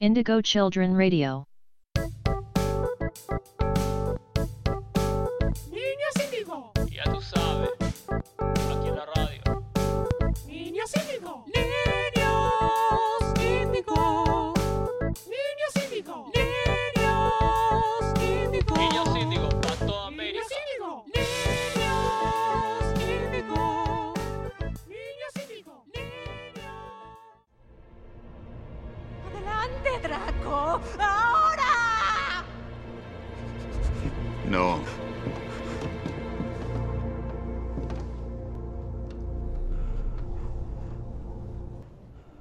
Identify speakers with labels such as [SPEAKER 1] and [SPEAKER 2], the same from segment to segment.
[SPEAKER 1] Indigo Children Radio.
[SPEAKER 2] Niños índigo,
[SPEAKER 3] Ya tú sabes, aquí en la radio.
[SPEAKER 2] niños índigo,
[SPEAKER 4] Niños índigo,
[SPEAKER 2] niños índigo,
[SPEAKER 4] niños índigo,
[SPEAKER 3] Niños Índigo, para toda América.
[SPEAKER 2] niños índigo,
[SPEAKER 4] niños índigo.
[SPEAKER 2] niños índigo.
[SPEAKER 4] Adelante, Draco, ahora.
[SPEAKER 5] No.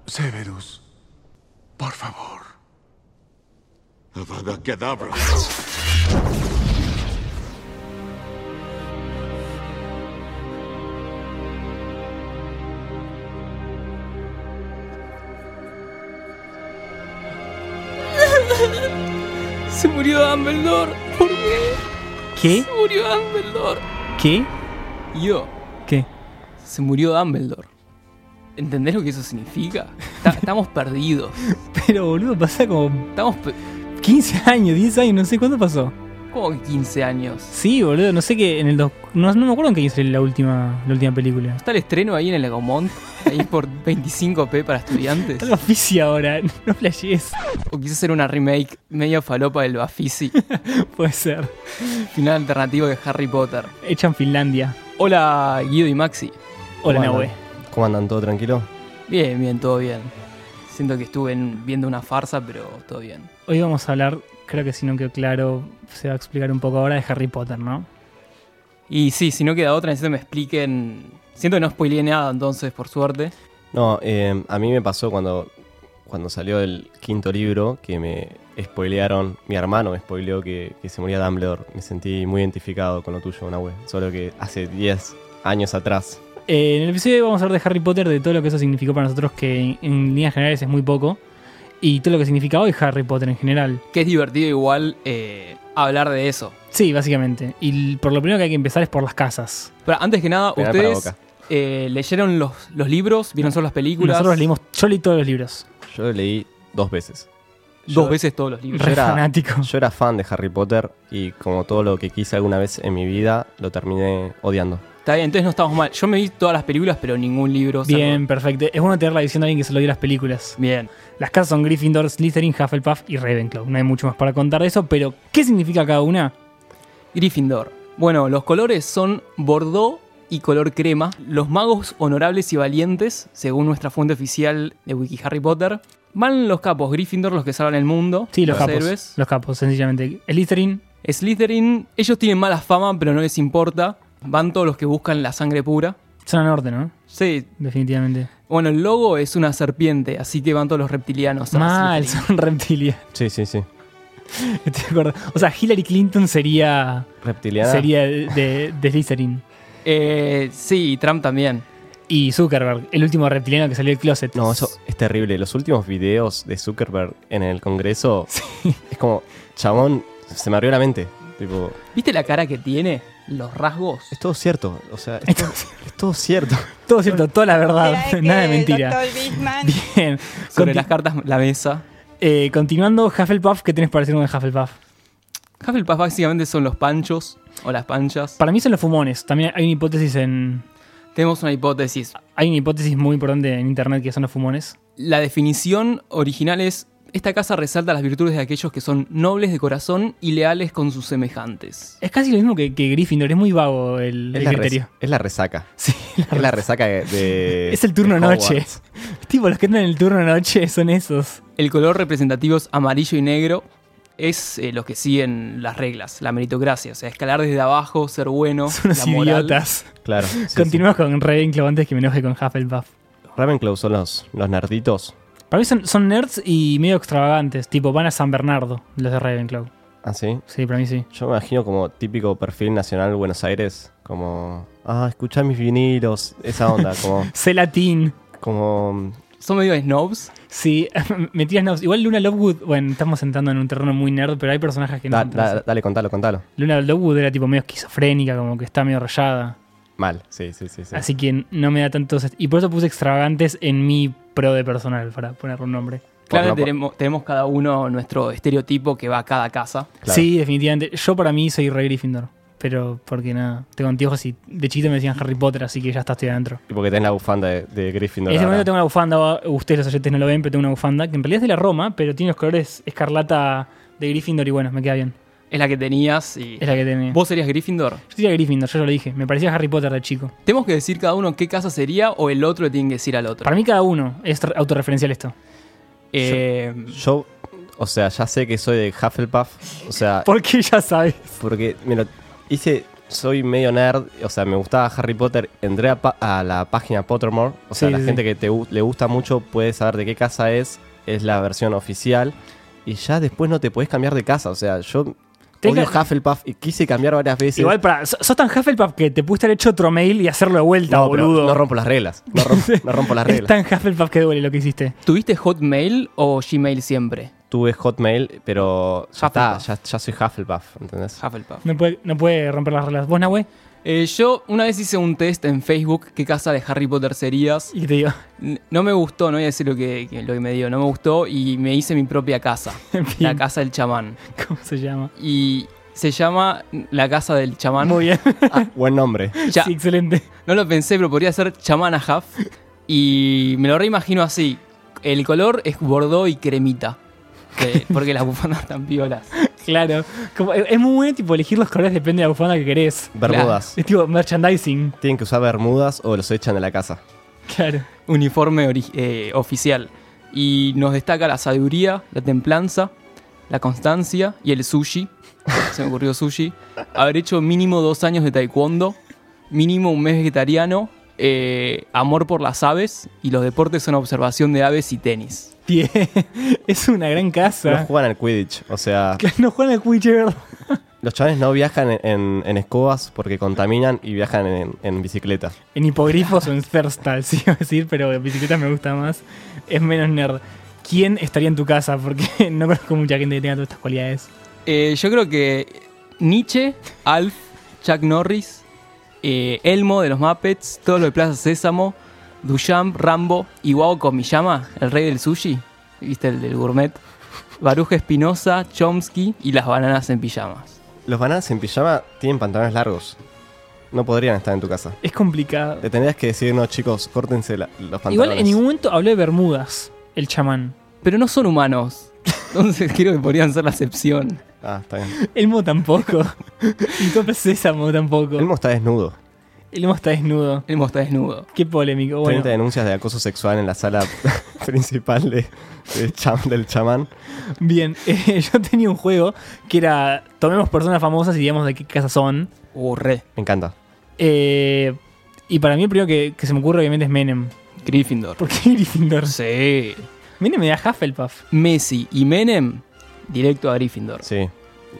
[SPEAKER 6] Severus, por favor.
[SPEAKER 5] Avada Kedavra.
[SPEAKER 7] Se murió Dumbledore. ¿Por qué?
[SPEAKER 8] ¿Qué?
[SPEAKER 7] Se murió Dumbledore.
[SPEAKER 8] ¿Qué?
[SPEAKER 7] Yo.
[SPEAKER 8] ¿Qué?
[SPEAKER 7] Se murió Dumbledore. ¿Entendés lo que eso significa? Ta- estamos perdidos.
[SPEAKER 8] Pero boludo, pasa como
[SPEAKER 7] Estamos pe-
[SPEAKER 8] 15 años, 10 años, no sé cuándo pasó.
[SPEAKER 7] como que 15 años.
[SPEAKER 8] Sí, boludo, no sé qué. En el dos- no, no me acuerdo en qué hice la última, la última película.
[SPEAKER 7] Está el estreno ahí en el Egomont, ahí por 25p para estudiantes.
[SPEAKER 8] Está la oficia ahora, no flashees.
[SPEAKER 7] O quise hacer una remake medio falopa del Bafisi,
[SPEAKER 8] Puede ser.
[SPEAKER 7] final alternativo de Harry Potter.
[SPEAKER 8] Hecha en Finlandia.
[SPEAKER 7] Hola Guido y Maxi.
[SPEAKER 8] Hola,
[SPEAKER 9] Bueno.
[SPEAKER 8] Nahue.
[SPEAKER 9] ¿Cómo andan? ¿Todo tranquilo?
[SPEAKER 7] Bien, bien, todo bien. Siento que estuve en- viendo una farsa, pero todo bien.
[SPEAKER 8] Hoy vamos a hablar, creo que si no quedó claro, se va a explicar un poco ahora de Harry Potter, ¿no?
[SPEAKER 7] Y sí, si no queda otra, necesito que me expliquen. Siento que no spoileé nada, entonces, por suerte.
[SPEAKER 9] No, eh, a mí me pasó cuando, cuando salió el quinto libro que me spoilearon, mi hermano me spoileó que, que se moría Dumbledore. Me sentí muy identificado con lo tuyo, Nahue. E. Solo que hace 10 años atrás.
[SPEAKER 8] Eh, en el episodio de hoy vamos a hablar de Harry Potter, de todo lo que eso significó para nosotros, que en, en líneas generales es muy poco. Y todo lo que significa hoy Harry Potter en general.
[SPEAKER 7] Que es divertido igual eh, hablar de eso.
[SPEAKER 8] Sí, básicamente. Y l- por lo primero que hay que empezar es por las casas.
[SPEAKER 7] Pero antes que nada,
[SPEAKER 9] Pegar para
[SPEAKER 7] Ah, ustedes
[SPEAKER 9] boca.
[SPEAKER 7] eh, leyeron los, los libros, vieron solo las películas.
[SPEAKER 8] Ah, Nosotros leímos, yo leí todos los libros.
[SPEAKER 9] Yo lo leí dos veces.
[SPEAKER 7] dos
[SPEAKER 9] Yo-
[SPEAKER 7] veces todos los libros.
[SPEAKER 8] Re
[SPEAKER 9] era-
[SPEAKER 8] fanático.
[SPEAKER 9] Yo era fan de Harry Potter y como todo lo que quise alguna vez en mi vida, lo terminé odiando.
[SPEAKER 7] Está bien, entonces no estamos mal. Yo me vi todas las películas, pero ningún libro. salvo-
[SPEAKER 8] Bien, perfecto. Es bueno tener la visión de alguien que se lo dio las películas.
[SPEAKER 7] Bien.
[SPEAKER 8] Las casas son Gryffindor, Slytherin, Hufflepuff y Ravenclaw. No hay mucho más para contar de eso, pero ¿qué significa cada una?
[SPEAKER 7] Gryffindor. Bueno, los colores son bordeaux y color crema. Los magos honorables y valientes, según nuestra fuente oficial de Wiki Harry Potter, van los capos Gryffindor, los que salvan el mundo.
[SPEAKER 8] Sí, los, capos.
[SPEAKER 7] héroes.
[SPEAKER 8] Los capos, sencillamente. Slytherin,
[SPEAKER 7] Slytherin, ellos tienen mala fama, pero no les importa. Van todos los que buscan la sangre pura.
[SPEAKER 8] zona norte, ¿no?
[SPEAKER 7] Sí,
[SPEAKER 8] Definitivamente.
[SPEAKER 7] bueno, el logo es una serpiente, así que van todos los reptilianos. a
[SPEAKER 8] Mal,
[SPEAKER 7] Slytherin.
[SPEAKER 8] son reptilia.
[SPEAKER 9] Sí, sí, sí.
[SPEAKER 8] Estoy de acuerdo. O sea, Hillary Clinton sería,
[SPEAKER 9] Reptiliana.
[SPEAKER 8] sería de, de Slytherin.
[SPEAKER 7] Eh, sí, y Trump también.
[SPEAKER 8] Y Zuckerberg, el último reptiliano que salió del closet.
[SPEAKER 9] No, eso es terrible. Los últimos videos de Zuckerberg en el Congreso es como, chabón, se me abrió la mente. Tipo,
[SPEAKER 7] ¿Viste la cara que tiene? Los rasgos.
[SPEAKER 9] es todo cierto. O sea, es, todo, es todo cierto.
[SPEAKER 8] Todo cierto, toda la verdad, nada de mentira.
[SPEAKER 4] Doctor Bisman.
[SPEAKER 8] Bien.
[SPEAKER 7] Sobre
[SPEAKER 8] Conti-
[SPEAKER 7] las cartas, la mesa.
[SPEAKER 8] eh, continuando, Hufflepuff, ¿qué tenés para decirme de Hufflepuff?
[SPEAKER 7] Hufflepuff básicamente son los panchos o las panchas.
[SPEAKER 8] Para mí son los fumones. También hay una hipótesis en.
[SPEAKER 7] Tenemos una hipótesis.
[SPEAKER 8] Hay una hipótesis muy importante en internet que son los fumones.
[SPEAKER 7] La definición original es: Esta casa resalta las virtudes de aquellos que son nobles de corazón y leales con sus semejantes.
[SPEAKER 8] Es casi lo mismo que, que Gryffindor, es muy vago el, el
[SPEAKER 9] Es la,
[SPEAKER 8] criterio.
[SPEAKER 9] res- es la resaca.
[SPEAKER 8] Sí, la
[SPEAKER 9] Es
[SPEAKER 8] res-
[SPEAKER 9] la resaca de. de-
[SPEAKER 8] Es el turno
[SPEAKER 9] de
[SPEAKER 8] noche.
[SPEAKER 9] Hogwarts.
[SPEAKER 8] Tipo, los que entran en el turno de noche son esos.
[SPEAKER 7] El color representativo es amarillo y negro. Es eh, los que siguen las reglas, la meritocracia. O sea, escalar desde abajo, ser bueno.
[SPEAKER 8] son unos
[SPEAKER 7] la moral.
[SPEAKER 8] idiotas.
[SPEAKER 9] Claro. sí,
[SPEAKER 8] Continuamos con Ravenclaw antes que me enoje con Hufflepuff.
[SPEAKER 9] sí. Ravenclaw son los, los nerditos.
[SPEAKER 8] Para mí son, son nerds y medio extravagantes. Tipo, van a San Bernardo, los de Ravenclaw.
[SPEAKER 9] Ah, sí.
[SPEAKER 8] Sí, para mí sí.
[SPEAKER 9] Yo me imagino como típico perfil nacional Buenos Aires. Como, ah, escuchá mis vinilos. Esa onda. Como,
[SPEAKER 8] Sé latín.
[SPEAKER 9] como
[SPEAKER 7] Son medio snobs.
[SPEAKER 8] Sí, mentiras no. Igual Luna Lovewood, bueno, estamos entrando en un terreno muy nerd, pero hay personajes que no
[SPEAKER 9] da-
[SPEAKER 8] son
[SPEAKER 9] da-
[SPEAKER 8] trans.
[SPEAKER 9] dale, contalo, contalo.
[SPEAKER 8] Luna Lovewood era tipo medio esquizofrénica, como que está medio rayada.
[SPEAKER 9] Mal. Sí, sí, sí. sí.
[SPEAKER 8] Así que no me da tanto... ses- Y por eso puse extravagantes en mi pro de personal, para ponerle un nombre.
[SPEAKER 7] Claro,
[SPEAKER 9] no-
[SPEAKER 7] tenemos, tenemos cada uno nuestro estereotipo que va a cada casa.
[SPEAKER 9] Claro.
[SPEAKER 8] Sí, definitivamente. Yo para mí soy re Gryffindor. Pero porque nada, tengo anteojos y de chiquito me decían Harry Potter, así que ya está, estoy adentro.
[SPEAKER 9] Y porque tenés la bufanda de, de Gryffindor.
[SPEAKER 8] en este
[SPEAKER 9] ahora.
[SPEAKER 8] momento tengo una bufanda, ustedes los oyentes no lo ven, pero tengo una bufanda que en realidad es de la Roma, pero tiene los colores escarlata de Gryffindor y bueno, me queda bien.
[SPEAKER 7] Es la que tenías y.
[SPEAKER 8] Es la que tenía.
[SPEAKER 7] ¿Vos serías Gryffindor?
[SPEAKER 8] Yo sería Gryffindor, yo ya lo dije. Me parecía Harry Potter de chico.
[SPEAKER 7] ¿Tenemos que decir cada uno qué casa sería o el otro le tiene que decir al otro?
[SPEAKER 8] Para mí cada uno es re- autorreferencial esto.
[SPEAKER 7] Eh,
[SPEAKER 9] Yo, o sea, ya sé que soy de Hufflepuff. O sea,
[SPEAKER 8] Porque ya sabes.
[SPEAKER 9] porque, mira, hice. Soy medio nerd, o sea, me gustaba Harry Potter. Entré a, pa- a la página Pottermore. O sea,
[SPEAKER 8] Sí,
[SPEAKER 9] la
[SPEAKER 8] sí,
[SPEAKER 9] gente
[SPEAKER 8] sí.
[SPEAKER 9] que te, gu- le gusta mucho puede saber de qué casa es. Es la versión oficial. Y ya después no te podés cambiar de casa. O sea, yo
[SPEAKER 8] Tenga-
[SPEAKER 9] odio Hufflepuff y quise cambiar varias veces.
[SPEAKER 8] Igual para. so- Sos tan Hufflepuff que te pudiste haber hecho otro mail y hacerlo de vuelta,
[SPEAKER 9] no, pero
[SPEAKER 8] boludo.
[SPEAKER 9] no rompo las reglas. No rompo, no rompo las
[SPEAKER 8] es
[SPEAKER 9] reglas.
[SPEAKER 8] tan Hufflepuff que duele lo que hiciste.
[SPEAKER 7] ¿Tuviste Hotmail o Gmail siempre?
[SPEAKER 9] Tuve Hotmail, pero ya está,
[SPEAKER 7] Hufflepuff.
[SPEAKER 9] ya, ya soy Hufflepuff, ¿entendés?
[SPEAKER 7] Hufflepuff.
[SPEAKER 8] No puede, no puede romper las reglas. ¿Vos, Nahue?
[SPEAKER 7] Eh, yo una vez hice un test en Facebook, qué casa de Harry Potter serías.
[SPEAKER 8] Y te digo,
[SPEAKER 7] N- No me gustó, no voy a decir lo que, que- lo que me dio, no me gustó y me hice mi propia casa, la
[SPEAKER 8] Bien.
[SPEAKER 7] casa del chamán.
[SPEAKER 8] ¿cómo se llama?
[SPEAKER 7] Y se llama la casa del chamán.
[SPEAKER 8] Muy bien,
[SPEAKER 9] Ah, buen nombre.
[SPEAKER 7] Ya,
[SPEAKER 8] sí, excelente.
[SPEAKER 7] No lo pensé, pero podría ser chamana half. Y me lo reimagino así. El color es bordó y cremita. que- porque las bufandas están piolas.
[SPEAKER 8] Claro. Como- es es muy bueno tipo elegir los colores depende de la bufanda que querés.
[SPEAKER 9] Bermudas.
[SPEAKER 8] Es tipo merchandising.
[SPEAKER 9] Tienen que usar bermudas o los echan de la casa.
[SPEAKER 8] Claro.
[SPEAKER 7] Uniforme ori- eh, oficial. Y nos destaca la sabiduría, la templanza, la constancia y el sushi. Se me ocurrió sushi. Haber hecho mínimo dos años de taekwondo. Mínimo un mes vegetariano. eh, amor por las aves. Y los deportes son observación de aves y tenis.
[SPEAKER 8] Bien. Es una gran
[SPEAKER 9] No
[SPEAKER 8] casa.
[SPEAKER 9] juegan al Quidditch. O sea,
[SPEAKER 8] Que No juegan al cuiche, ¿verdad?
[SPEAKER 9] los chavales no viajan en, en- en escobas porque contaminan y viajan en, en bicicleta.
[SPEAKER 8] En hipogrifos o en Ferstal, sí iba a decir, pero en bicicleta me gusta más. Es menos nerd. ¿Quién estaría en tu casa? Porque no conozco mucha gente que tenga todas estas cualidades.
[SPEAKER 7] Eh, yo creo que Nietzsche, Alf, Chuck Norris, eh, Elmo de los Muppets, todo lo de Plaza Sésamo, Duchamp, Rambo, Iwao Komiyama, el rey del sushi, viste el del gourmet, Baruja Espinosa, Chomsky y las bananas en pijamas.
[SPEAKER 9] Los bananas en pijama tienen pantalones largos. No podrían estar en tu casa.
[SPEAKER 8] Es complicado.
[SPEAKER 9] Le tendrías que decir, no, chicos, córtense la- los pantalones.
[SPEAKER 8] Igual en ningún momento hablé de Bermudas, el chamán.
[SPEAKER 7] Pero no son humanos, entonces creo que podrían ser la excepción.
[SPEAKER 9] Ah, está bien.
[SPEAKER 8] Elmo tampoco. y Tope Sésamo tampoco.
[SPEAKER 9] Elmo está desnudo.
[SPEAKER 8] Elmo está desnudo.
[SPEAKER 7] Elmo está desnudo.
[SPEAKER 8] Qué polémico. Bueno,
[SPEAKER 9] 30 denuncias de acoso sexual en la sala principal de, de cham- del chamán.
[SPEAKER 8] bien. Eh, yo tenía un juego que era tomemos personas famosas y digamos de qué casa son.
[SPEAKER 7] O Uh, re,
[SPEAKER 9] Me encanta.
[SPEAKER 8] Eh, y para mí el primero que, que se me ocurre obviamente es Menem.
[SPEAKER 7] Gryffindor.
[SPEAKER 8] ¿Por qué Gryffindor?
[SPEAKER 7] Sí.
[SPEAKER 8] Menem me da Hufflepuff.
[SPEAKER 7] Messi y Menem, directo a Gryffindor.
[SPEAKER 9] Sí.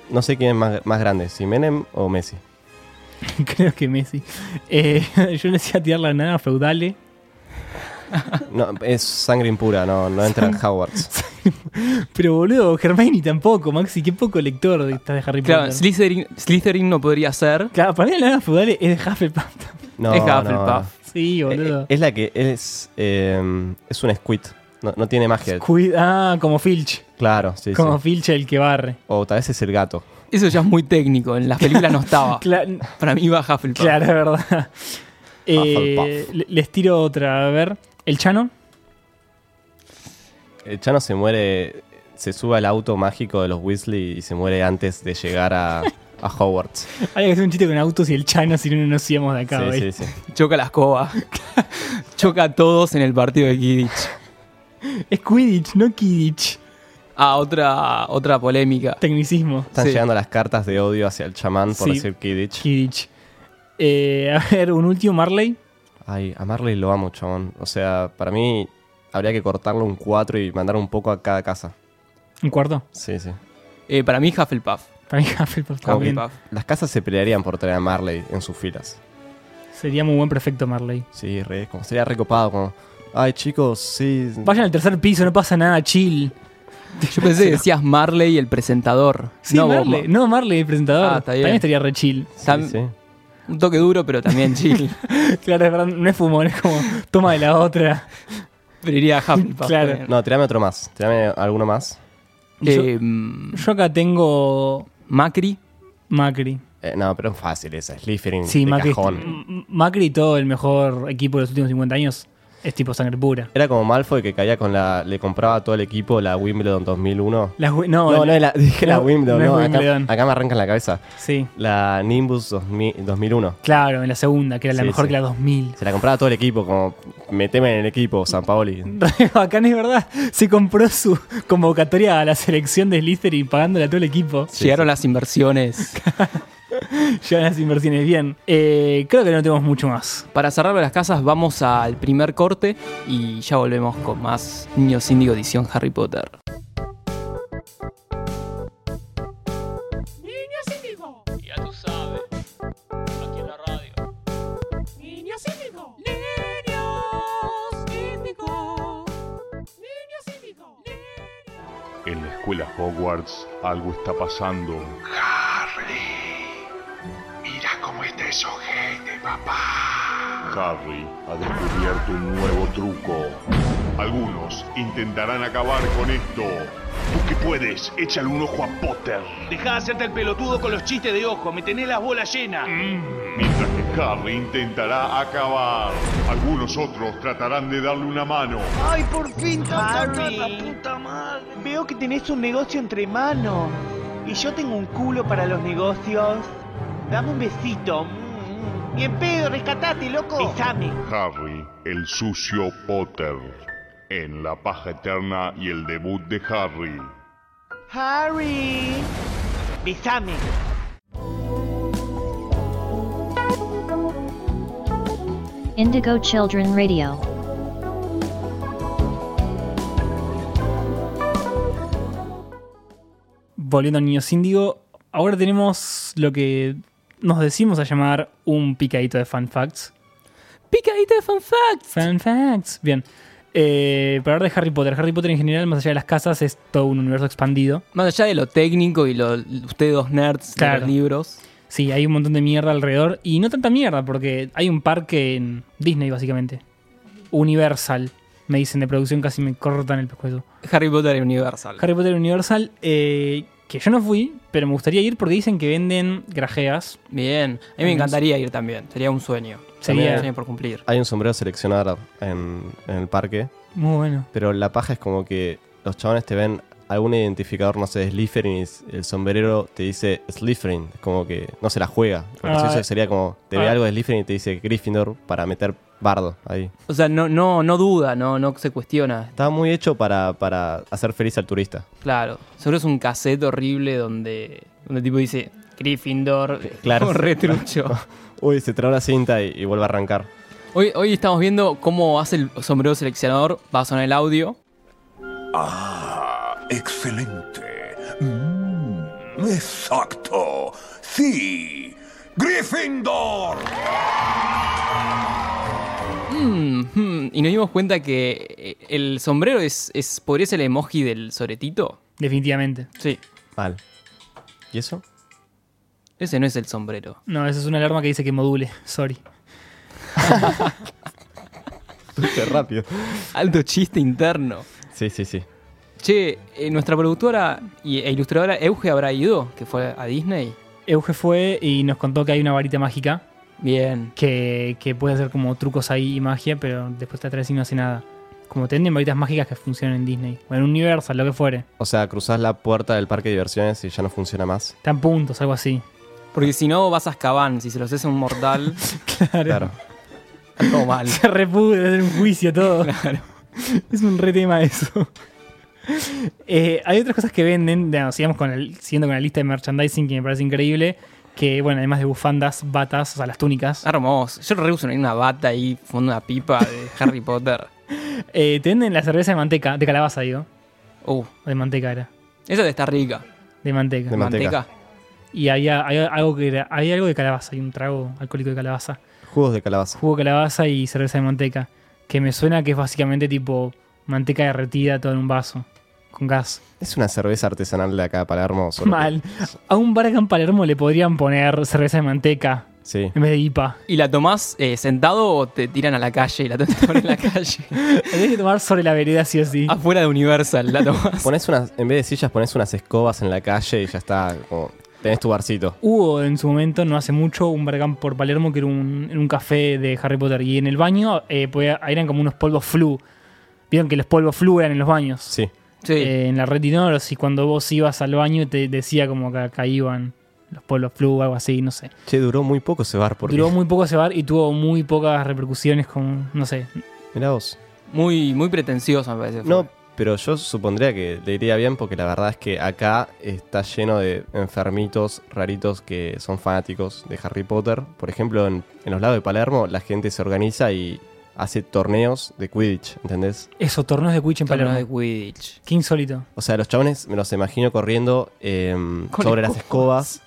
[SPEAKER 9] No sé quién es más, más grande, si Menem o Messi.
[SPEAKER 8] Creo que Messi. Eh, yo le decía tirar la nana feudale.
[SPEAKER 9] No, es sangre impura, no, no entra en Howards.
[SPEAKER 8] Pero boludo, Germaini tampoco, Maxi. Qué poco lector de- estás de Harry
[SPEAKER 7] Claro,
[SPEAKER 8] Potter.
[SPEAKER 7] Slytherin, Slytherin no podría ser.
[SPEAKER 8] Claro, para mí la nana feudale es de Hufflepuff.
[SPEAKER 9] No,
[SPEAKER 7] es
[SPEAKER 9] no,
[SPEAKER 7] Hufflepuff.
[SPEAKER 8] Sí,
[SPEAKER 9] no.
[SPEAKER 8] boludo.
[SPEAKER 9] Eh, Es la que es. eh, es un squid. No, no tiene magia.
[SPEAKER 8] Cuid- ah, como Filch.
[SPEAKER 9] Claro, sí, sí.
[SPEAKER 8] como Filch el que barre.
[SPEAKER 9] O tal vez es el gato.
[SPEAKER 7] Eso ya es muy técnico, en las películas no
[SPEAKER 9] Ah,
[SPEAKER 7] estaba.
[SPEAKER 8] Cla-
[SPEAKER 7] Para mí va Hufflepuff.
[SPEAKER 8] claro, es verdad. Eh,
[SPEAKER 9] Hufflepuff.
[SPEAKER 8] le- les tiro otra, a ver. El Chano.
[SPEAKER 9] El Chano Eh, se muere. Se sube al auto mágico de los Weasley y se muere antes de llegar a, a Hogwarts.
[SPEAKER 8] Hay que hacer un chiste con autos y el Chano, si no, no nos íbamos de acá,
[SPEAKER 9] Sí,
[SPEAKER 8] güey.
[SPEAKER 9] sí, sí.
[SPEAKER 7] Choca la escoba. Choca a todos en el partido de Kidditch.
[SPEAKER 8] Es Quidditch, no Kidditch.
[SPEAKER 7] Ah, otra, otra polémica.
[SPEAKER 8] Tecnicismo.
[SPEAKER 9] Están
[SPEAKER 7] Sí.
[SPEAKER 9] llegando las cartas de odio hacia el chamán por
[SPEAKER 8] Sí.
[SPEAKER 9] decir Kidditch.
[SPEAKER 8] Kidditch. Eh, a ver, un último Marley.
[SPEAKER 9] Ay, a Marley lo amo, chabón. O sea, para mí habría que cortarlo un 4 y mandar un poco a cada casa.
[SPEAKER 8] Un cuarto.
[SPEAKER 9] Sí, sí.
[SPEAKER 7] Eh, para mí Hufflepuff.
[SPEAKER 8] Para mí Hufflepuff
[SPEAKER 9] Como que
[SPEAKER 8] también.
[SPEAKER 7] Hufflepuff.
[SPEAKER 9] Las casas se pelearían por tener a Marley en sus filas.
[SPEAKER 8] Sería muy buen prefecto Marley.
[SPEAKER 9] Sí, re, como sería recopado, como. Ay, chicos, sí.
[SPEAKER 8] Vayan al tercer piso, no pasa nada, chill.
[SPEAKER 7] Yo pensé que decías Marley, el presentador.
[SPEAKER 8] Sí,
[SPEAKER 7] no, vos, Ma-
[SPEAKER 8] Marley. No, Marley, el presentador.
[SPEAKER 7] Ah, está bien.
[SPEAKER 8] También estaría re chill.
[SPEAKER 9] Sí,
[SPEAKER 7] tam-
[SPEAKER 9] sí.
[SPEAKER 7] Un toque duro, pero también chill.
[SPEAKER 8] Claro, es verdad, no es fumón, es como toma de la otra.
[SPEAKER 7] Preferiría a Hufflepuff.
[SPEAKER 8] Claro.
[SPEAKER 7] ponele.
[SPEAKER 9] No, tirame otro más. Tirame alguno más.
[SPEAKER 7] Eh, mm,
[SPEAKER 8] Yo acá tengo
[SPEAKER 7] Macri.
[SPEAKER 8] Macri.
[SPEAKER 9] Eh, no, pero es fácil esa. Slytherin
[SPEAKER 8] Sí,
[SPEAKER 9] de
[SPEAKER 8] Macri.
[SPEAKER 9] cajón.
[SPEAKER 8] M- Macri, todo el mejor equipo de los últimos 50 años, es tipo sangre pura.
[SPEAKER 9] Era como Malfoy que caía con la... Le compraba a todo el equipo la Wimbledon 2001.
[SPEAKER 8] Las wi- no,
[SPEAKER 9] no, no,
[SPEAKER 8] la-
[SPEAKER 9] la- dije la
[SPEAKER 8] no,
[SPEAKER 9] Wimbledon.
[SPEAKER 8] no es
[SPEAKER 9] No, acá-
[SPEAKER 8] Wimbledon.
[SPEAKER 9] Acá, me arranca en la cabeza.
[SPEAKER 8] Sí,
[SPEAKER 9] La Nimbus 2000 2001.
[SPEAKER 8] claro, en la segunda, que era la
[SPEAKER 9] Sí,
[SPEAKER 8] mejor
[SPEAKER 9] sí.
[SPEAKER 8] que la 2000.
[SPEAKER 9] Se la compraba todo el equipo, como meteme en el equipo, San Paoli.
[SPEAKER 8] Re Bacán, es verdad. Se compró su convocatoria a la selección de Slytherin pagándole a todo el equipo.
[SPEAKER 7] Llegaron las inversiones.
[SPEAKER 8] Llevan las inversiones bien. Eh, creo que no tenemos mucho más.
[SPEAKER 7] Para cerrarlo las casas, vamos al primer corte y ya volvemos con más Niños Índigo edición Harry Potter.
[SPEAKER 2] niños índigo,
[SPEAKER 3] Ya tú sabes. Aquí en la radio.
[SPEAKER 2] niños índigo,
[SPEAKER 4] Niños índigo.
[SPEAKER 2] niños índigo.
[SPEAKER 5] En la escuela Hogwarts algo está pasando.
[SPEAKER 6] Mira cómo está ese ojete, papá.
[SPEAKER 5] Harry ha descubierto un nuevo truco. Algunos intentarán acabar con esto. Tú que puedes, échale un ojo a Potter.
[SPEAKER 10] Dejá de hacerte el pelotudo con los chistes de ojo, me tenés las bolas llenas.
[SPEAKER 5] Mientras que Harry intentará acabar. Algunos otros tratarán de darle una mano.
[SPEAKER 10] Ay, por fin, la puta madre. Veo que tenés un negocio entre manos. Y yo tengo un culo para los negocios. Dame un besito. Mm, mm. Bien pedo, rescatate, loco. Besame.
[SPEAKER 5] Harry, el sucio Potter. En La Paja Eterna y el debut de Harry.
[SPEAKER 10] Harry. Besame.
[SPEAKER 1] Indigo Children Radio.
[SPEAKER 8] Volviendo a Niños Índigo, ahora tenemos lo que nos decimos a llamar un picadito de fan facts.
[SPEAKER 7] Picadita de fan facts.
[SPEAKER 8] Fan facts. Bien. Eh, para hablar de Harry Potter. Harry Potter en general, más allá de las casas, es todo un universo expandido.
[SPEAKER 7] Más allá de lo técnico y lo ustedes dos nerds de
[SPEAKER 8] Claro.
[SPEAKER 7] los libros.
[SPEAKER 8] Sí, hay un montón de mierda alrededor. Y no tanta mierda, porque hay un parque en Disney, básicamente. Universal. Me dicen de producción, casi me cortan el pescuezo.
[SPEAKER 7] Harry Potter Universal.
[SPEAKER 8] Harry Potter Universal, eh, que yo no fui, pero me gustaría ir porque dicen que venden grajeas.
[SPEAKER 7] Bien. A mí me encantaría ir también. Sería un sueño.
[SPEAKER 8] Sería-
[SPEAKER 7] un sueño por cumplir.
[SPEAKER 9] Hay un sombrero seleccionado en, en el parque,
[SPEAKER 8] Muy bueno.
[SPEAKER 9] pero la paja es como que los chabones te ven algún identificador, no sé, Slytherin, y s- el sombrero te dice Slytherin, es como que no se la juega. Lo gracioso
[SPEAKER 8] Ah,
[SPEAKER 9] sería como, te ve
[SPEAKER 8] ah.
[SPEAKER 9] algo de Slytherin y te dice Gryffindor para meter bardo ahí.
[SPEAKER 7] O sea, no, no, no duda, no, no se cuestiona.
[SPEAKER 9] Estaba muy hecho para, para hacer feliz al turista.
[SPEAKER 7] Claro. Seguro es un cassette horrible donde, donde el tipo dice Gryffindor.
[SPEAKER 9] Claro.
[SPEAKER 7] como retrucho.
[SPEAKER 9] Uy, se traba la cinta y, y vuelve a arrancar.
[SPEAKER 7] Hoy, hoy estamos viendo cómo hace el sombrero seleccionador. Va a sonar el audio.
[SPEAKER 6] Ah, excelente. Mm, exacto. Sí. Gryffindor.
[SPEAKER 7] Mm, hmm. Y nos dimos cuenta que eh, el sombrero es, es podría ser el emoji del soretito.
[SPEAKER 8] Definitivamente.
[SPEAKER 7] Sí.
[SPEAKER 9] Mal. ¿Y eso?
[SPEAKER 7] Ese no es el sombrero.
[SPEAKER 8] No, esa es una alarma que dice que module. Sorry.
[SPEAKER 9] Qué rápido.
[SPEAKER 7] Alto chiste interno.
[SPEAKER 9] Sí, sí, sí.
[SPEAKER 7] Che, eh, nuestra productora y- e ilustradora Euge habrá ido, que fue a Disney.
[SPEAKER 8] Euge fue y nos contó que hay una varita mágica
[SPEAKER 7] Bien.
[SPEAKER 8] que, que puede hacer como trucos ahí y magia, pero después te atrás y no hace nada. Como tienen varitas mágicas que funcionan en Disney o en Universal, lo que fuere.
[SPEAKER 9] O sea, cruzás la puerta del parque de diversiones y ya no funciona más.
[SPEAKER 8] Están puntos, algo así.
[SPEAKER 7] Porque si no vas a Azkaban, si se los hace un mortal,
[SPEAKER 9] Claro.
[SPEAKER 7] todo mal.
[SPEAKER 8] Se repude hacer un juicio todo. Es un re tema eso. Eh, hay otras cosas que venden, digamos, sigamos con el, siguiendo con la lista de merchandising que me parece increíble, que bueno, además de bufandas, batas, o sea, las túnicas,
[SPEAKER 7] Hermoso. Yo reuso una bata ahí, fondo una pipa de Harry Potter.
[SPEAKER 8] eh, te venden la cerveza de manteca, de calabaza digo,
[SPEAKER 7] Uh,
[SPEAKER 8] o de manteca era,
[SPEAKER 7] esa está rica.
[SPEAKER 8] de manteca.
[SPEAKER 9] De manteca.
[SPEAKER 8] Y había, había algo que era, había algo de calabaza, hay un trago alcohólico de calabaza,
[SPEAKER 9] Jugos de calabaza.
[SPEAKER 8] jugo de calabaza y cerveza de manteca, que me suena que es básicamente tipo manteca derretida todo en un vaso, con gas.
[SPEAKER 9] Es una cerveza artesanal de acá, Palermo. solo que-
[SPEAKER 8] Mal. A un bar acá en Palermo le podrían poner cerveza de manteca.
[SPEAKER 9] Sí.
[SPEAKER 8] En vez de IPA.
[SPEAKER 10] ¿Y la tomás eh, sentado o te tiran a la calle y la tenés que tomar en la calle?
[SPEAKER 8] En vez de tomar sobre la vereda, sí o sí.
[SPEAKER 10] Afuera de Universal la tomás.
[SPEAKER 9] Pones unas, en vez de sillas, pones unas escobas en la calle y ya está. Como, tenés tu barcito.
[SPEAKER 8] Hubo en su momento, no hace mucho, un barcamp por Palermo que era un, en un café de Harry Potter. Y en el baño eh, podía- eran como unos polvos flu. Vieron que los polvos flu eran en los baños.
[SPEAKER 9] Sí.
[SPEAKER 10] Sí.
[SPEAKER 8] Eh, en la red Dinoros. Y cuando vos ibas al baño te decía como que acá iban los polvos flu o algo así, no sé.
[SPEAKER 9] Che, duró muy poco ese bar porque.
[SPEAKER 8] Duró muy poco ese bar y tuvo muy pocas repercusiones con, no sé.
[SPEAKER 9] Mirá vos.
[SPEAKER 10] Muy, muy pretenciosa me parece.
[SPEAKER 9] No, pero yo supondría que le iría bien porque la verdad es que acá está lleno de enfermitos raritos que son fanáticos de Harry Potter. Por ejemplo, en, en los lados de Palermo la gente se organiza y hace torneos de Quidditch, ¿entendés?
[SPEAKER 8] Eso, torneos de Quidditch en
[SPEAKER 10] Torneo
[SPEAKER 8] Palermo.
[SPEAKER 10] de Quidditch.
[SPEAKER 8] Qué insólito.
[SPEAKER 9] O sea, los chabones me los imagino corriendo eh,
[SPEAKER 10] Con
[SPEAKER 9] sobre las escobas.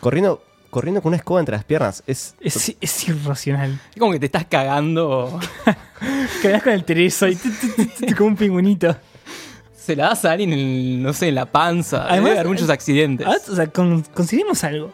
[SPEAKER 9] Corriendo, corriendo con una escoba entre las piernas. Es,
[SPEAKER 8] Es, es irracional.
[SPEAKER 10] Es como que te estás cagando.
[SPEAKER 8] Quedás con el tereso y tu, tu, tu, tu, tu, como un pingüinito.
[SPEAKER 10] Se la das a alguien, en, no sé, en la panza. Además,
[SPEAKER 8] Además,
[SPEAKER 10] Debe haber muchos accidentes.
[SPEAKER 8] Ah, O sea, con- consideremos algo.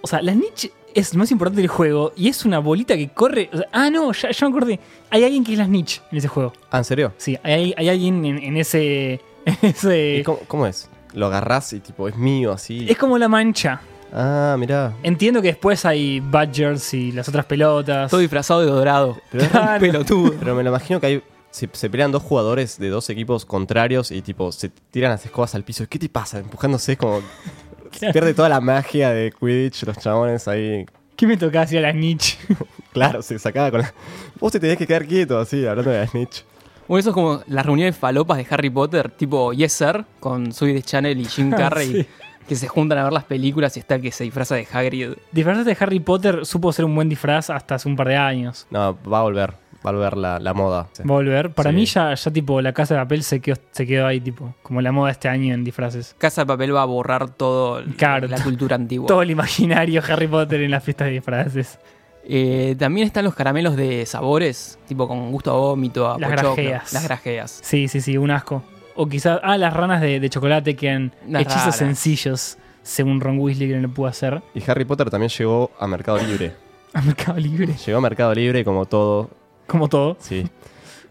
[SPEAKER 8] O sea, la Snitch es lo más importante del juego y es una bolita que corre. o sea, ah, no, ya, ya me acordé. Hay alguien que es la Snitch en ese juego.
[SPEAKER 9] Ah, ¿en serio?
[SPEAKER 8] Sí, hay, hay alguien en, en ese. en ese-
[SPEAKER 9] ¿Y cómo, cómo es? Lo agarrás y tipo, es mío así.
[SPEAKER 8] Es como la mancha.
[SPEAKER 9] Ah, mirá.
[SPEAKER 8] Entiendo que después hay Badgers y las otras pelotas.
[SPEAKER 10] Estoy disfrazado de dorado.
[SPEAKER 9] Pero es re
[SPEAKER 10] Un pelotudo.
[SPEAKER 9] Pero me lo imagino que hay. Se, se pelean dos jugadores de dos equipos contrarios y tipo se tiran las escobas al piso. ¿Qué te pasa? Empujándose es como. se pierde toda la magia de Quidditch, los chabones ahí.
[SPEAKER 8] ¿Qué me tocaba decir a la Snitch?
[SPEAKER 9] Claro, se sacaba con la. Vos te tenías que quedar quieto así, hablando de la snitch.
[SPEAKER 10] Bueno, eso es como las reuniones falopas de Harry Potter, tipo Yes Sir, con Zoe de Channel y Jim Carrey,
[SPEAKER 8] Ah, sí.
[SPEAKER 10] que se juntan a ver las películas y está el que se disfraza de Hagrid.
[SPEAKER 8] Disfrazarte de Harry Potter supo ser un buen disfraz hasta hace un par de años.
[SPEAKER 9] No, va a volver. Va a volver la, la moda. Sí.
[SPEAKER 8] Volver. Para
[SPEAKER 9] Sí.
[SPEAKER 8] mí ya, ya tipo la casa de papel se quedó, se quedó ahí, tipo, como la moda este año en disfraces.
[SPEAKER 10] Casa de Papel va a borrar todo el-
[SPEAKER 8] Claro,
[SPEAKER 10] la
[SPEAKER 8] to-
[SPEAKER 10] cultura antigua.
[SPEAKER 8] Todo el imaginario Harry Potter en las fiestas de disfraces.
[SPEAKER 10] Eh, también están los caramelos de sabores, tipo con gusto a vómito, a
[SPEAKER 8] Las
[SPEAKER 10] pochoclo,
[SPEAKER 8] grajeas.
[SPEAKER 10] Las grajeas.
[SPEAKER 8] Sí, sí, sí, un asco. O quizás, ah, las ranas de, de chocolate que eran
[SPEAKER 10] Las
[SPEAKER 8] hechizos
[SPEAKER 10] raras.
[SPEAKER 8] sencillos, según Ron Weasley que no lo pudo hacer.
[SPEAKER 9] Y Harry Potter también llegó a Mercado Libre.
[SPEAKER 8] A Mercado Libre,
[SPEAKER 9] Llegó a Mercado Libre como todo,
[SPEAKER 8] como todo.
[SPEAKER 9] sí.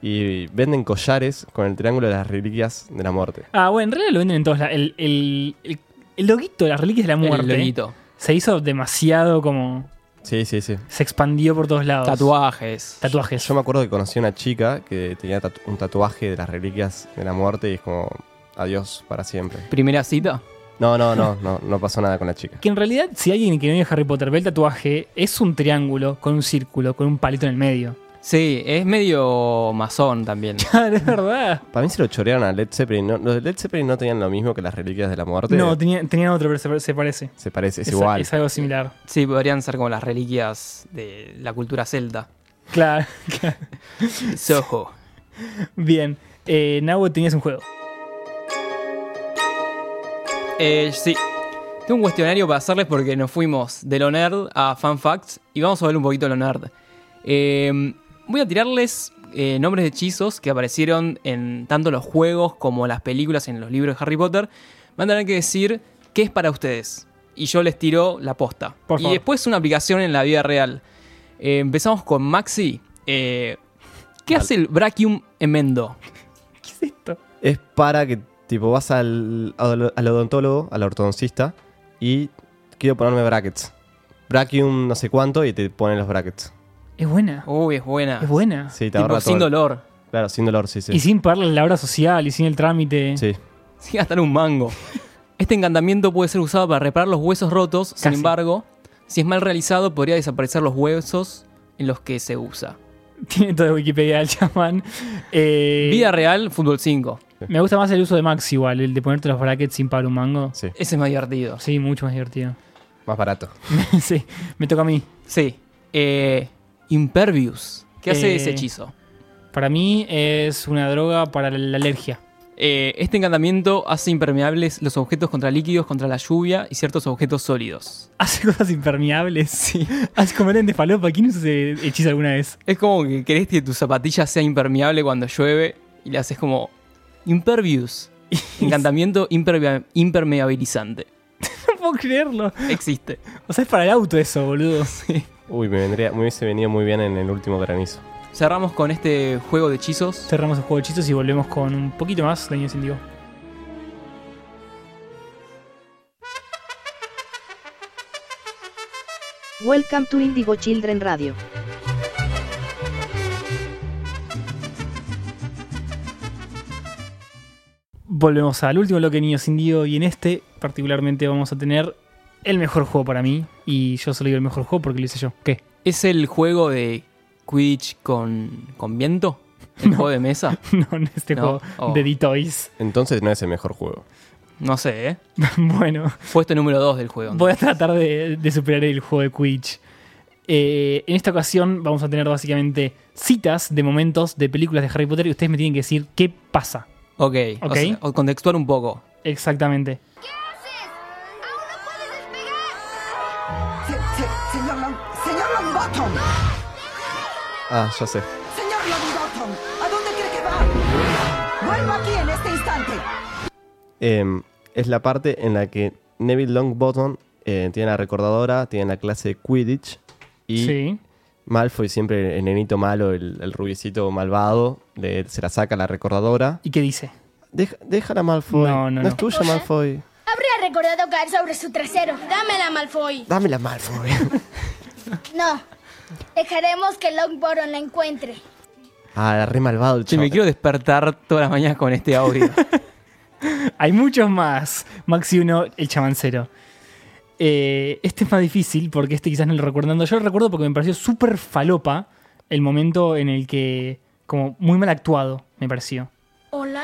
[SPEAKER 9] Y venden collares con el triángulo de las reliquias de la muerte.
[SPEAKER 8] Ah, bueno, en realidad lo venden en todos lados. El, el, el- el loguito, de las reliquias de la
[SPEAKER 10] El
[SPEAKER 8] muerte,
[SPEAKER 10] loguito.
[SPEAKER 8] se hizo demasiado como...
[SPEAKER 9] Sí, sí, sí.
[SPEAKER 8] Se expandió por todos lados.
[SPEAKER 10] Tatuajes.
[SPEAKER 8] Tatuajes.
[SPEAKER 9] Yo me acuerdo que conocí a una chica que tenía tatu- un tatuaje de las reliquias de la muerte y es como adiós para siempre.
[SPEAKER 10] Primera cita.
[SPEAKER 9] No, no, no, no, no pasó nada con la chica.
[SPEAKER 8] Que en realidad, si alguien que no vio Harry Potter ve el tatuaje, es un triángulo con un círculo, con un palito en el medio.
[SPEAKER 10] Sí, es medio masón también.
[SPEAKER 8] Ah, es verdad.
[SPEAKER 9] Para mí se lo chorearon a Led Zeppelin. ¿no? Los de Led Zeppelin no tenían lo mismo que las reliquias de la muerte.
[SPEAKER 8] No, tenía- tenían otro, pero se- se parece.
[SPEAKER 9] se parece, es, igual.
[SPEAKER 8] Es algo similar.
[SPEAKER 10] Sí, podrían ser como las reliquias de la cultura celta.
[SPEAKER 8] Claro, claro.
[SPEAKER 10] Soho.
[SPEAKER 8] Bien. Eh, Nahue, tenías un juego.
[SPEAKER 10] Eh, sí. Tengo un cuestionario para hacerles porque nos fuimos de lo nerd a fan facts y vamos a ver un poquito de lo nerd. Eh, voy a tirarles eh, nombres de hechizos que aparecieron en tanto los juegos como las películas en los libros de Harry Potter. Van a tener que decir qué es para ustedes. Y yo les tiro la posta.
[SPEAKER 8] Por
[SPEAKER 10] y
[SPEAKER 8] favor.
[SPEAKER 10] después una aplicación en la vida real. Eh, empezamos con Maxi. Eh, ¿Qué hace el Brachium Emendo?
[SPEAKER 8] ¿Qué es esto?
[SPEAKER 9] Es para que, tipo, vas al, al- al odontólogo, al ortodoncista, y quiero ponerme brackets. Brachium no sé cuánto y te ponen los brackets.
[SPEAKER 8] Es buena.
[SPEAKER 10] Uy, es buena.
[SPEAKER 8] Es buena.
[SPEAKER 9] Sí, te
[SPEAKER 10] Tipo,
[SPEAKER 9] ahorra
[SPEAKER 10] sin
[SPEAKER 9] todo.
[SPEAKER 10] dolor.
[SPEAKER 9] Claro, sin dolor, sí, sí.
[SPEAKER 8] Y sin pagar la obra social y sin el trámite.
[SPEAKER 9] Sí.
[SPEAKER 10] Sin gastar un mango. Este encantamiento puede ser usado para reparar los huesos rotos, sin
[SPEAKER 8] Casi.
[SPEAKER 10] embargo, si es mal realizado podría desaparecer los huesos en los que se usa.
[SPEAKER 8] Tiene todo de Wikipedia el chamán. Eh,
[SPEAKER 10] Vida real, fútbol 5.
[SPEAKER 8] Me gusta más el uso de Max igual, el de ponerte los brackets sin pagar un mango.
[SPEAKER 9] Sí.
[SPEAKER 10] Ese es más divertido.
[SPEAKER 8] Sí, mucho más divertido.
[SPEAKER 9] Más barato.
[SPEAKER 8] sí, me toca a mí.
[SPEAKER 10] Sí. Eh, Impervious. ¿Qué hace
[SPEAKER 8] Eh.
[SPEAKER 10] ese hechizo?
[SPEAKER 8] Para mí es una droga para la alergia.
[SPEAKER 10] Eh, este encantamiento hace impermeables los objetos contra líquidos, contra la lluvia y ciertos objetos sólidos.
[SPEAKER 8] Hace cosas impermeables. Sí. Hace cometen de falopa. ¿Quién usa ese hechizo alguna vez?
[SPEAKER 10] Es como que querés que tu zapatilla sea impermeable cuando llueve y le haces como Impervious. Encantamiento impervia- impermeabilizante.
[SPEAKER 8] No puedo creerlo.
[SPEAKER 10] Existe.
[SPEAKER 8] O sea, es para el auto eso, boludo.
[SPEAKER 9] Uy, me, vendría, me hubiese venido muy bien en el último granizo.
[SPEAKER 7] Cerramos con este juego de hechizos.
[SPEAKER 8] Cerramos el juego de hechizos y volvemos con un poquito más de Niños Indigo.
[SPEAKER 11] Welcome to Indigo Children Radio.
[SPEAKER 8] Volvemos al último bloque de Niños Indigo y en este particularmente vamos a tener el mejor juego para mí. Y yo solo digo el mejor juego porque lo hice yo. ¿Qué?
[SPEAKER 7] ¿Es el juego de Quidditch con, con viento? ¿El juego de mesa?
[SPEAKER 8] No, en este
[SPEAKER 7] No,
[SPEAKER 8] juego
[SPEAKER 7] oh.
[SPEAKER 8] de D-Toys.
[SPEAKER 9] Entonces no es el mejor juego.
[SPEAKER 7] No sé, ¿eh?
[SPEAKER 8] bueno,
[SPEAKER 7] Puesto número 2 del juego.
[SPEAKER 8] voy a tratar de, de superar el juego de Quidditch. Eh, en esta ocasión vamos a tener básicamente citas de momentos de películas de Harry Potter y ustedes me tienen que decir qué pasa
[SPEAKER 7] Ok. O
[SPEAKER 8] Ok.
[SPEAKER 7] sea, o contextuar un poco.
[SPEAKER 8] exactamente.
[SPEAKER 4] Señor Long... Señor Longbottom.
[SPEAKER 9] Ah, ya sé.
[SPEAKER 4] Señor Longbottom. ¿A dónde cree que va? Vuelva aquí en este instante.
[SPEAKER 9] Em, es la parte en la que Neville Longbottom eh, tiene la recordadora, tiene la clase de Quidditch y
[SPEAKER 8] Sí.
[SPEAKER 9] Malfoy, siempre el nenito malo, el, el rubiecito malvado, le- se la saca la recordadora.
[SPEAKER 8] ¿Y qué dice?
[SPEAKER 9] Deja, déjala Malfoy.
[SPEAKER 8] No, no,
[SPEAKER 9] es
[SPEAKER 8] no.
[SPEAKER 9] tuya, Malfoy.
[SPEAKER 12] Habría recordado caer sobre su trasero. Dámela, Malfoy.
[SPEAKER 9] Dámela, Malfoy.
[SPEAKER 12] No. Dejaremos que Longbottom la encuentre.
[SPEAKER 9] ah, era re malvado el
[SPEAKER 7] Che,
[SPEAKER 9] chabón.
[SPEAKER 7] me quiero despertar todas las mañanas con este audio.
[SPEAKER 8] Hay muchos más. Maxi 1, el chamancero. Eh, este es más difícil porque este quizás no lo recordando. Yo lo recuerdo porque me pareció súper falopa el momento en el que, como muy mal actuado, me pareció.
[SPEAKER 12] ¿Hola?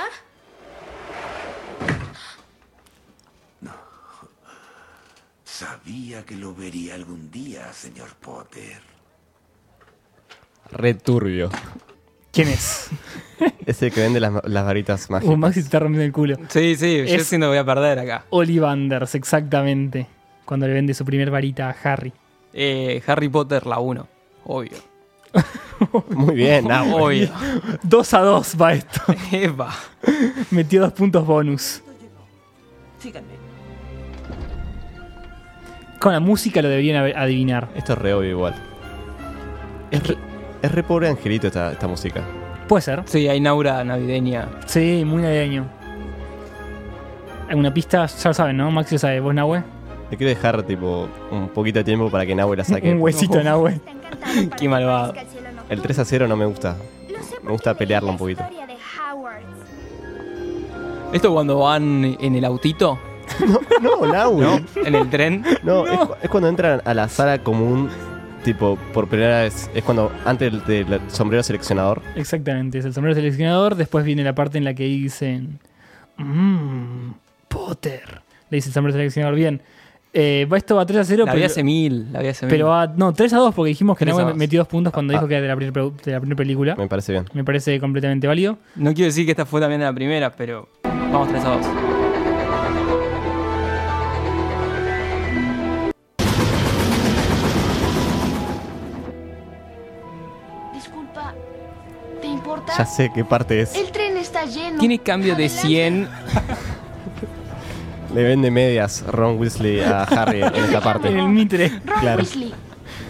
[SPEAKER 6] Sabía que lo vería algún día, señor Potter.
[SPEAKER 9] Re turbio.
[SPEAKER 8] ¿Quién es?
[SPEAKER 9] Ese que vende las, las varitas mágicas.
[SPEAKER 8] Uh, Maxi se está rompiendo el culo.
[SPEAKER 7] Sí, sí, yo
[SPEAKER 8] Es-
[SPEAKER 7] siento que voy a perder acá.
[SPEAKER 8] Ollivanders, exactamente. Cuando le vende su primer varita a Harry.
[SPEAKER 7] Eh, Harry Potter, la 1. Obvio.
[SPEAKER 9] Muy bien, nah, bueno.
[SPEAKER 7] Obvio.
[SPEAKER 8] 2 a 2 va esto.
[SPEAKER 7] Epa.
[SPEAKER 8] Metió dos puntos bonus.
[SPEAKER 4] Síganme.
[SPEAKER 8] Con la música lo deberían ade- adivinar.
[SPEAKER 9] Esto es re obvio igual. Es re, es re pobre angelito esta, esta música.
[SPEAKER 8] Puede ser.
[SPEAKER 7] Sí, hay Naura navideña.
[SPEAKER 8] Sí, muy navideño. ¿Alguna pista? Ya lo saben, ¿no? Maxi lo sabe. ¿Vos, Nahue?
[SPEAKER 9] Le quiero dejar tipo un poquito de tiempo para que Nahue la saque.
[SPEAKER 8] Un huesito,
[SPEAKER 7] No.
[SPEAKER 8] Nahue.
[SPEAKER 12] Están cantando
[SPEAKER 7] Qué
[SPEAKER 12] para que
[SPEAKER 7] malvado.
[SPEAKER 12] parezca el cielo nocturno.
[SPEAKER 9] El 3 a 0 no me gusta.
[SPEAKER 12] No sé por
[SPEAKER 9] me gusta
[SPEAKER 12] qué leí
[SPEAKER 9] pelearlo
[SPEAKER 12] la
[SPEAKER 9] un poquito.
[SPEAKER 12] historia de Howard.
[SPEAKER 7] ¿Esto cuando van en el autito?
[SPEAKER 9] No, Nahue.
[SPEAKER 7] ¿No? ¿En el tren?
[SPEAKER 9] No, Es, cu- es cuando entran a la sala común, tipo, por primera vez. Es cuando, antes del, del sombrero seleccionador.
[SPEAKER 8] Exactamente, es el sombrero seleccionador. Después viene la parte en la que dicen. Mmm, Potter. Le dice el sombrero seleccionador. Bien. Eh, va- esto va 3 a 0,
[SPEAKER 7] La vi hace
[SPEAKER 8] pero.
[SPEAKER 7] mil, la vi hace mil.
[SPEAKER 8] pero va- no, 3 a 2, porque dijimos que
[SPEAKER 7] 3 a
[SPEAKER 8] Nahue
[SPEAKER 7] 2.
[SPEAKER 8] metió dos puntos cuando
[SPEAKER 9] Ah.
[SPEAKER 8] dijo que era de la primera de la primera película.
[SPEAKER 9] Me parece bien.
[SPEAKER 8] Me parece completamente válido.
[SPEAKER 7] No quiero decir que esta fue también la primera, pero vamos 3 a 2.
[SPEAKER 12] Disculpa, ¿te importa?
[SPEAKER 9] Ya sé qué parte es.
[SPEAKER 12] El tren está lleno.
[SPEAKER 7] Tiene cambio de
[SPEAKER 12] Adelante.
[SPEAKER 7] 100.
[SPEAKER 9] Le vende medias Ron Weasley a Harry en esta
[SPEAKER 8] En
[SPEAKER 9] parte.
[SPEAKER 8] el Mitre.
[SPEAKER 12] Ron
[SPEAKER 9] Claro.
[SPEAKER 12] Weasley.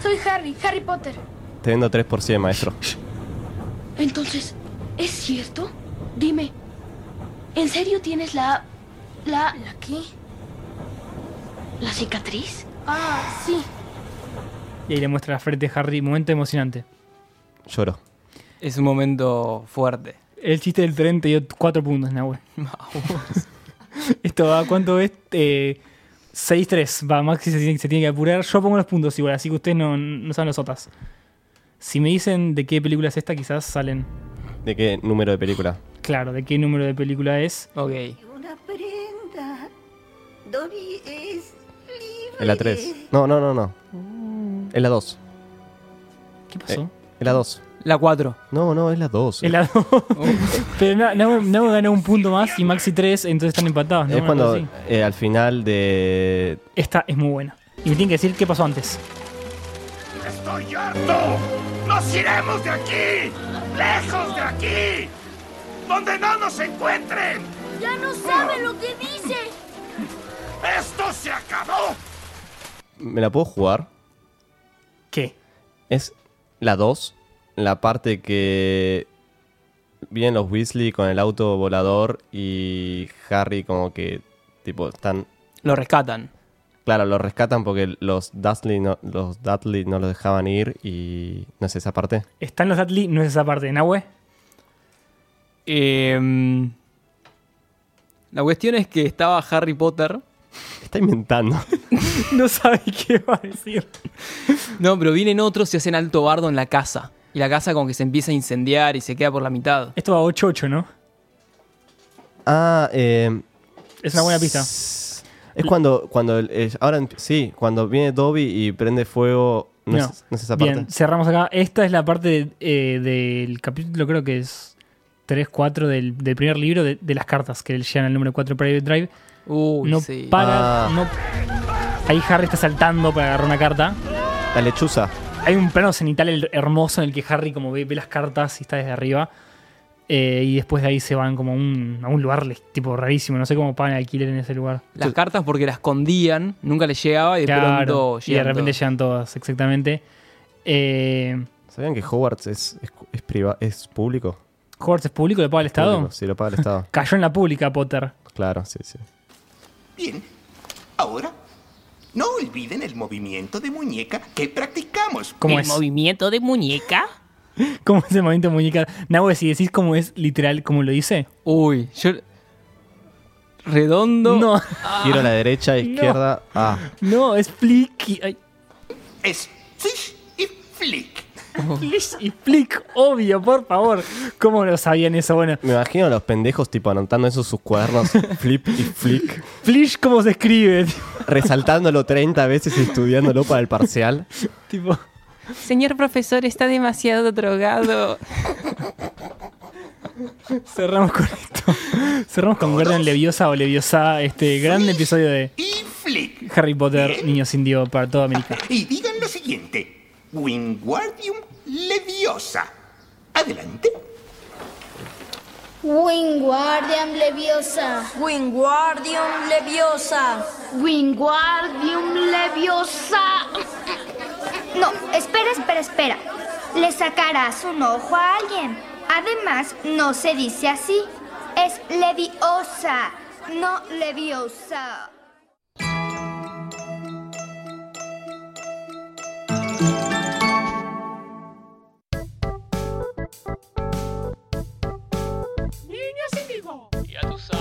[SPEAKER 12] Soy Harry, Harry Potter.
[SPEAKER 9] Te vendo 3 por 100, maestro.
[SPEAKER 12] Entonces, ¿es cierto? Dime, ¿en serio tienes la... la... ¿La qué? ¿La cicatriz? Ah, sí.
[SPEAKER 8] Y ahí le muestra la frente de Harry. Momento emocionante.
[SPEAKER 9] Lloro.
[SPEAKER 7] Es un momento fuerte.
[SPEAKER 8] El chiste del tren te dio 4 puntos, Nahue. Esto va, ¿cuánto es? Eh, 6-3. Va, Maxi se tiene, se tiene que apurar. Yo pongo los puntos igual, así que ustedes no, no saben los otras. Si me dicen de qué película es esta, quizás salen.
[SPEAKER 9] ¿De qué número de película?
[SPEAKER 8] Claro, de qué número de película es.
[SPEAKER 7] Ok.
[SPEAKER 4] Una prenda. Dobby es libre.
[SPEAKER 9] Es la 3. No, no, no, no. Es la 2.
[SPEAKER 8] ¿Qué pasó?
[SPEAKER 9] Es la 2.
[SPEAKER 7] La 4.
[SPEAKER 9] No, no, es la 2.
[SPEAKER 8] El lado.
[SPEAKER 9] Oh.
[SPEAKER 8] Pero Na- Nahue Nahue ganó un punto más y Maxi 3, entonces están empatados, ¿no?
[SPEAKER 9] Es
[SPEAKER 8] Una
[SPEAKER 9] cuando
[SPEAKER 8] cosa así.
[SPEAKER 9] eh, al final de.
[SPEAKER 8] Esta es muy buena. Y me tienen que decir qué pasó antes.
[SPEAKER 5] ¡Estoy harto! ¡Nos iremos de aquí! ¡Lejos de aquí! ¡Donde no nos encuentren!
[SPEAKER 12] Ya no sabe lo que dice.
[SPEAKER 5] ¡Esto se acabó!
[SPEAKER 9] ¿Me la puedo jugar?
[SPEAKER 8] ¿Qué?
[SPEAKER 9] Es la 2, la parte que vienen los Weasley con el auto volador y Harry como que tipo están
[SPEAKER 10] Lo rescatan.
[SPEAKER 9] Claro, lo rescatan porque los Dudley no los, Dudley no los dejaban ir y no es esa parte.
[SPEAKER 8] Están los Dudley, no es esa parte de Nahue.
[SPEAKER 10] Em, la cuestión es que estaba Harry Potter.
[SPEAKER 9] Está inventando.
[SPEAKER 8] No sabe qué va a decir.
[SPEAKER 10] No, pero vienen otros y hacen alto bardo en la casa. Y la casa como que se empieza a incendiar y se queda por la mitad.
[SPEAKER 8] Esto va 8-8, ¿no?
[SPEAKER 9] Ah, eh,
[SPEAKER 8] Es una buena pista.
[SPEAKER 9] es cuando cuando el- eh, ahora emp- sí, cuando viene Dobby y prende fuego, no,
[SPEAKER 8] No.
[SPEAKER 9] Es, no es esa parte.
[SPEAKER 8] Bien, cerramos acá. Esta es la parte eh, del capítulo, creo que es 3-4 del, del primer libro de, de las cartas que llegan al número 4 Private Drive.
[SPEAKER 10] Uy,
[SPEAKER 8] no
[SPEAKER 10] sí.
[SPEAKER 8] para.
[SPEAKER 9] Ah.
[SPEAKER 8] no- Ahí Harry está saltando para agarrar una carta.
[SPEAKER 9] La lechuza.
[SPEAKER 8] Hay un plano cenital her- hermoso en el que Harry como ve, ve las cartas y está desde arriba. Eh, y después de ahí se van como a un, a un lugar les- tipo rarísimo. No sé cómo pagan alquiler en ese lugar.
[SPEAKER 10] Las cartas porque las escondían, nunca les llegaba y de pronto
[SPEAKER 8] Claro, y de
[SPEAKER 10] llegan
[SPEAKER 8] repente
[SPEAKER 10] todas.
[SPEAKER 8] llegan todas, exactamente. Eh,
[SPEAKER 9] ¿Sabían que Hogwarts es es, es priva- es público?
[SPEAKER 8] ¿Hogwarts es público? ¿Lo paga el Estado?
[SPEAKER 9] Público, sí, lo paga el Estado.
[SPEAKER 8] Cayó en la pública, Potter.
[SPEAKER 9] claro, sí, sí.
[SPEAKER 13] Bien. Ahora, no olviden el movimiento de muñeca que practicamos.
[SPEAKER 8] ¿Cómo es?
[SPEAKER 10] movimiento de muñeca?
[SPEAKER 8] ¿Cómo es el movimiento de muñeca? Nahue, si decís cómo es literal, como lo dice.
[SPEAKER 10] Uy, yo... Redondo.
[SPEAKER 8] No,
[SPEAKER 9] Giro a la derecha, izquierda. Ah,
[SPEAKER 8] no, es pliqui. ay,
[SPEAKER 13] Es fish y flick.
[SPEAKER 8] plish y plic, obvio, por favor. ¿Cómo lo sabían eso? Bueno,
[SPEAKER 9] me imagino a los pendejos tipo anotando esos sus cuadernos flip y flick,
[SPEAKER 8] plish, ¿cómo se escribe?
[SPEAKER 9] resaltándolo 30 veces y estudiándolo para el parcial.
[SPEAKER 8] tipo,
[SPEAKER 10] Señor profesor, está demasiado drogado.
[SPEAKER 8] cerramos con esto. Cerramos con Gordon Leviosa o Leviosa, este gran episodio de
[SPEAKER 13] Y flick.
[SPEAKER 8] Harry Potter, Niño sin Dios para toda América.
[SPEAKER 13] Y digan lo siguiente. Wingardium Leviosa. Adelante.
[SPEAKER 4] Wingardium Leviosa. Wingardium Leviosa. Wingardium Leviosa.
[SPEAKER 12] No, espera, espera, espera. Le sacarás un ojo a alguien. Además, no se dice así. Es leviosa, no leviosa.
[SPEAKER 14] Niños índigo.
[SPEAKER 7] Ya tú sabes.